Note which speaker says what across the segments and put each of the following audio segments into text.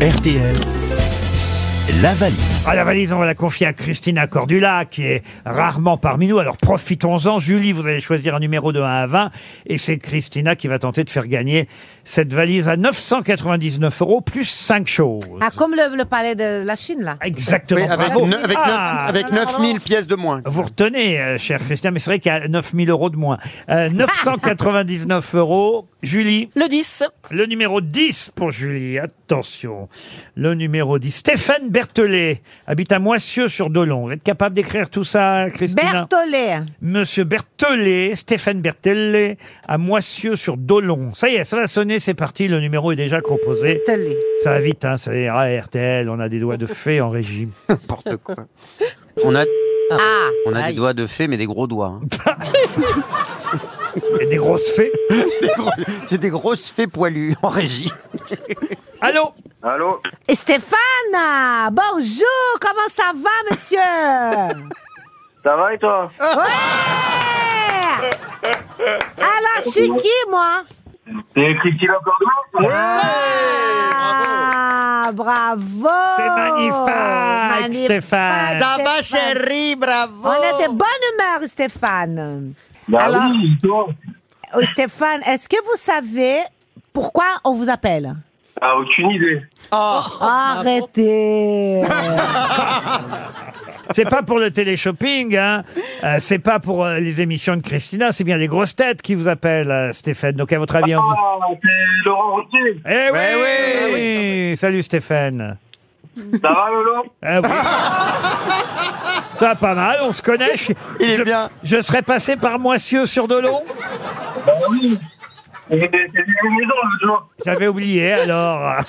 Speaker 1: RTL, la valise.
Speaker 2: Ah, la valise, on va la confier à Christina Cordula, qui est rarement parmi nous. Alors profitons-en. Julie, vous allez choisir un numéro de 1 à 20. Et c'est Christina qui va tenter de faire gagner cette valise à 999 euros, plus 5 choses.
Speaker 3: Ah, comme le, le palais de la Chine, là.
Speaker 2: Exactement.
Speaker 4: Oui, avec,
Speaker 2: Bravo.
Speaker 4: ne- avec,
Speaker 2: Ah,
Speaker 4: neuf- avec 9000 pièces de moins.
Speaker 2: Vous retenez, euh, cher Christina, mais c'est vrai qu'il y a 9000 euros de moins. Euh, 999 euros. Julie,
Speaker 5: Le 10.
Speaker 2: le numéro 10 pour Julie. Attention. Le numéro 10. Stéphane Berthelet habite à Moissieux sur Dolon. Vous êtes capable d'écrire tout ça, Christina
Speaker 3: Berthollet.
Speaker 2: Monsieur Berthelet, Stéphane Berthelet, à Moissieux sur Dolon. Ça y est, ça va sonner, c'est parti, le numéro est déjà composé.
Speaker 3: Berthollet.
Speaker 2: Ça va vite, hein, ça ira, RTL, on a des doigts de fée en régime.
Speaker 4: N'importe quoi. On a,
Speaker 3: Ah,
Speaker 4: on a
Speaker 6: Aïe.
Speaker 4: des doigts de fée, mais des gros doigts. hein.
Speaker 2: Et des grosses fées.
Speaker 4: C'est des grosses fées poilues en régie.
Speaker 2: Allô
Speaker 7: Allô
Speaker 3: et Stéphane, ah, bonjour, comment ça va, monsieur
Speaker 7: Ça va et toi
Speaker 3: Ouais Alors, je suis qui, moi
Speaker 7: C'est Christina Cordula
Speaker 3: Ah, bravo
Speaker 2: C'est magnifique,
Speaker 3: Magnifique,
Speaker 2: Stéphane.
Speaker 4: Ah, chérie, Oh. bravo
Speaker 3: On est de bonne humeur, Stéphane.
Speaker 7: Bah
Speaker 3: Alors-
Speaker 7: oui, toi
Speaker 3: Oh, Stéphane, est-ce que vous savez pourquoi on vous appelle
Speaker 7: Ah, aucune idée.
Speaker 4: Ah,
Speaker 3: Arrêtez
Speaker 2: C'est pas pour le télé-shopping, hein. euh, c'est pas pour euh, les émissions de Christina, c'est bien les grosses têtes qui vous appellent, euh, Stéphane. Donc à votre avis, on vous...
Speaker 7: Ah, c'est Laurent Routier
Speaker 2: Eh oui,
Speaker 4: Ben Ouais,
Speaker 2: Salut Stéphane
Speaker 7: Ça va, Laurent
Speaker 2: Ah oui. Ça va pas mal, on se connaît. Je,
Speaker 4: Il est
Speaker 2: je-
Speaker 4: bien.
Speaker 2: Je serais passé par Moissieux sur Dolon.
Speaker 7: Bah oui J'ai des maison l'autre jour.
Speaker 2: J'avais oublié alors.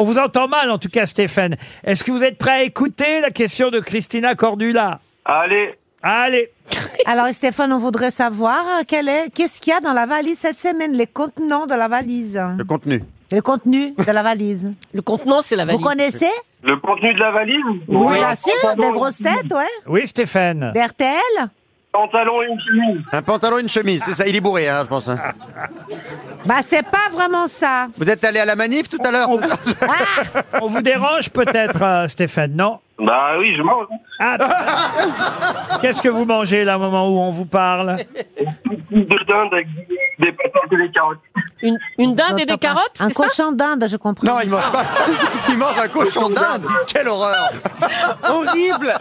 Speaker 2: on vous entend mal en tout cas, Stéphane. Est-ce que vous êtes prêt à écouter la question de Christina Cordula
Speaker 7: Allez
Speaker 2: Allez,
Speaker 3: Alors, Stéphane, on voudrait savoir euh, quel est, qu'est-ce qu'il y a dans la valise cette semaine, les contenants de la valise.
Speaker 4: Le contenu.
Speaker 3: Le contenu de la valise.
Speaker 6: Le contenant, c'est la
Speaker 3: Vous
Speaker 6: valise.
Speaker 3: connaissez
Speaker 7: le contenu de la valise
Speaker 3: bien
Speaker 7: Ah,
Speaker 3: sûr, des grosses têtes, ouais.
Speaker 2: oui Stéphane.
Speaker 3: D'RTL
Speaker 7: Pantalon et une chemise.
Speaker 4: Un pantalon, une chemise, c'est ça. Il est bourré, hein, je pense. hein.
Speaker 3: Bah, c'est pas vraiment ça.
Speaker 4: Vous êtes allé à la manif tout à l'heure c'est ça
Speaker 2: On vous dérange peut-être, euh, Stéphane, non
Speaker 7: Bah oui, je mange.
Speaker 2: Ah, Qu'est-ce que vous mangez là au moment où on vous parle
Speaker 7: Une de dinde avec des patates et des carottes.
Speaker 6: Une, une dinde et Ah, des carottes,
Speaker 3: Un
Speaker 6: c'est ça
Speaker 3: cochon d'Inde, je comprends.
Speaker 4: Non, il mange pas. Il mange un cochon d'Inde. Quelle horreur. Horrible.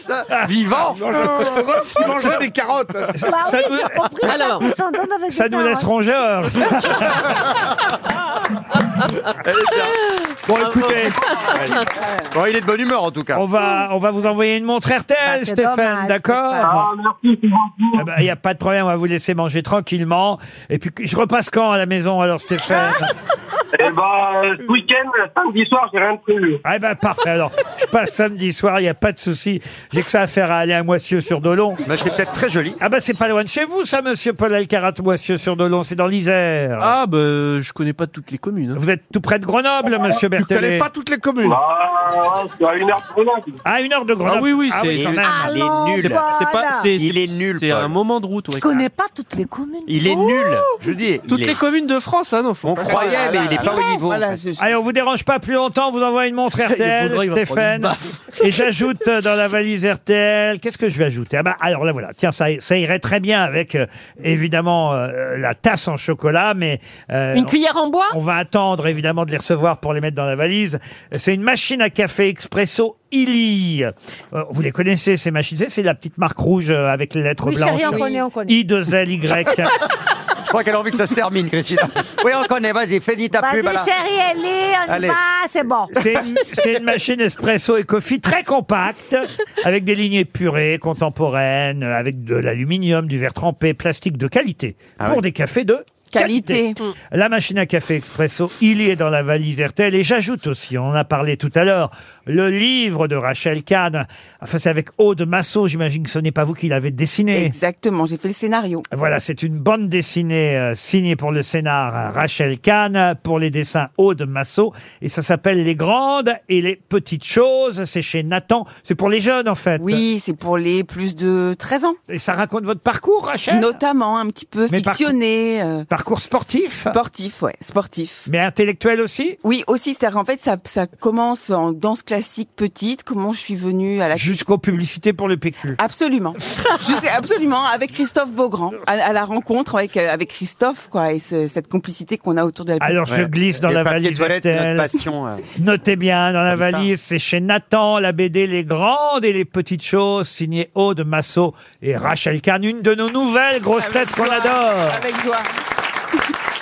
Speaker 4: Ça, vivant.
Speaker 8: qui mangerait des carottes.
Speaker 3: Bah
Speaker 2: Ça
Speaker 3: oui,
Speaker 2: nous-
Speaker 3: j'ai compris.
Speaker 6: Alors.
Speaker 3: Un cochon d'Inde avec
Speaker 2: Ça
Speaker 3: des
Speaker 2: nous laisse
Speaker 3: carottes.
Speaker 2: rongeurs. bon, écoutez,
Speaker 4: Bon, il est de bonne humeur en tout cas.
Speaker 2: on va, on va vous envoyer une montre RTL,
Speaker 3: Ah, c'est
Speaker 2: Stéphane,
Speaker 3: dommage,
Speaker 2: d'accord
Speaker 7: Ah, merci, c'est gentil.
Speaker 2: Il n'y a pas de problème, on va vous laisser manger tranquillement. Et puis, je repasse quand à la maison, alors, Stéphane
Speaker 7: Eh bah, euh, ce week-end, samedi soir, j'ai rien de prévu.
Speaker 2: Ah ben, parfait, alors, je passe samedi soir, il n'y a pas de souci. J'ai que ça à faire à aller à Moissieux sur Dolon.
Speaker 4: Mais c'est peut-être très joli.
Speaker 2: Ah ben, c'est pas loin de chez vous, ça, monsieur Paul Alcarat, Moissieux sur Dolon, c'est dans l'Isère.
Speaker 9: Ah, bah, je connais pas toutes les communes. hein.
Speaker 2: Vous êtes tout près de
Speaker 9: Ah,
Speaker 2: Grenoble, monsieur
Speaker 8: Tu connais
Speaker 2: Berthelet.
Speaker 8: pas toutes les communes.
Speaker 7: Bah, ouais, c'est à une heure de Grenoble.
Speaker 2: Ah, une heure de Grenoble.
Speaker 9: Ah oui, oui, c'est-
Speaker 2: quand même.
Speaker 9: Il
Speaker 3: Allons,
Speaker 9: C'est pas- c'est pas-
Speaker 3: voilà.
Speaker 9: c'est-
Speaker 4: Il
Speaker 9: c'est-
Speaker 4: est nul,
Speaker 9: C'est
Speaker 4: Paul.
Speaker 9: un moment de route. ouais.
Speaker 3: Je connais pas toutes les communes. Oh,
Speaker 4: Il est nul. Je vous dis.
Speaker 9: Toutes
Speaker 4: il est-
Speaker 9: les communes de France, hein, non faut
Speaker 4: On
Speaker 9: pas-
Speaker 4: croyait, mais il n'est pas au niveau.
Speaker 2: Allez, on vous dérange pas plus longtemps, on vous envoie une montre RTL,
Speaker 9: Le boudreau, il va
Speaker 2: Stéphane.
Speaker 9: prendre
Speaker 2: Et j'ajoute euh, dans la valise RTL, qu'est-ce que je vais ajouter Ah bah alors là voilà, tiens ça, ça irait très bien avec euh, évidemment euh, la tasse en chocolat, mais euh,
Speaker 6: Une
Speaker 2: on-
Speaker 6: cuillère en bois
Speaker 2: on va attendre évidemment de les recevoir pour les mettre dans la valise. C'est une machine à café expresso Illy. Euh, vous les connaissez ces machines, c'est- c'est la petite marque rouge euh, avec les lettres
Speaker 3: Oui,
Speaker 2: blanches.
Speaker 3: chérie, on connaît, on connaît.
Speaker 2: I2LY.
Speaker 4: Je crois qu'elle a envie que ça se termine, Christina. Oui, on connaît, vas-y, finis ta
Speaker 3: Vas-y,
Speaker 4: pub. là.
Speaker 3: chérie, elle est, on y
Speaker 4: Allez.
Speaker 3: va, c'est bon.
Speaker 2: C'est une, c'est une machine espresso et coffee très compacte, avec des lignes épurées, contemporaines, avec de l'aluminium, du verre trempé, plastique de qualité, pour des cafés de qualité. La machine à café expresso, il y est dans la valise RTL. Et j'ajoute aussi, on en a parlé tout à l'heure, le livre de Rachel Kahn. Enfin, c'est avec Aude Massot, j'imagine que ce n'est pas vous qui l'avez dessiné.
Speaker 10: Exactement, j'ai fait le scénario.
Speaker 2: Voilà, c'est une bande dessinée euh, signée pour le scénar euh, Rachel Kahn, pour les dessins Aude Massot, et ça s'appelle Les grandes et les petites choses. C'est chez Nathan, c'est pour les jeunes en fait.
Speaker 10: Oui, c'est pour les plus de 13 ans,
Speaker 2: Et ça raconte votre parcours, Rachel
Speaker 10: notamment un petit peu
Speaker 2: Euh. Mais par-
Speaker 10: fictionné. euh,
Speaker 2: Par, Parcours sportif
Speaker 10: Sportif, ouais, sportif.
Speaker 2: Mais intellectuel aussi
Speaker 10: Oui, aussi, c'est-à-dire en fait, ça, ça commence en danse classique petite, comment je suis venue à la...
Speaker 2: Jusqu'aux publicités pour le PQ.
Speaker 10: Absolument. je sais, absolument, avec Christophe Beaugrand, à, à la rencontre avec, euh, avec Christophe, quoi, et ce- cette complicité qu'on a autour de la...
Speaker 2: Alors, je
Speaker 4: Ouais.
Speaker 2: glisse dans
Speaker 4: Les
Speaker 2: la
Speaker 4: papiers
Speaker 2: valise.
Speaker 4: toilettes, c'est
Speaker 2: RTL.
Speaker 4: notre passion. euh.
Speaker 2: Notez bien, dans la
Speaker 4: Comme ça.
Speaker 2: valise, c'est chez Nathan, la BD Les Grandes et les Petites Choses, signée Aude Massot et Rachel Kahn, une de nos nouvelles grosses têtes qu'on adore.
Speaker 10: Avec joie.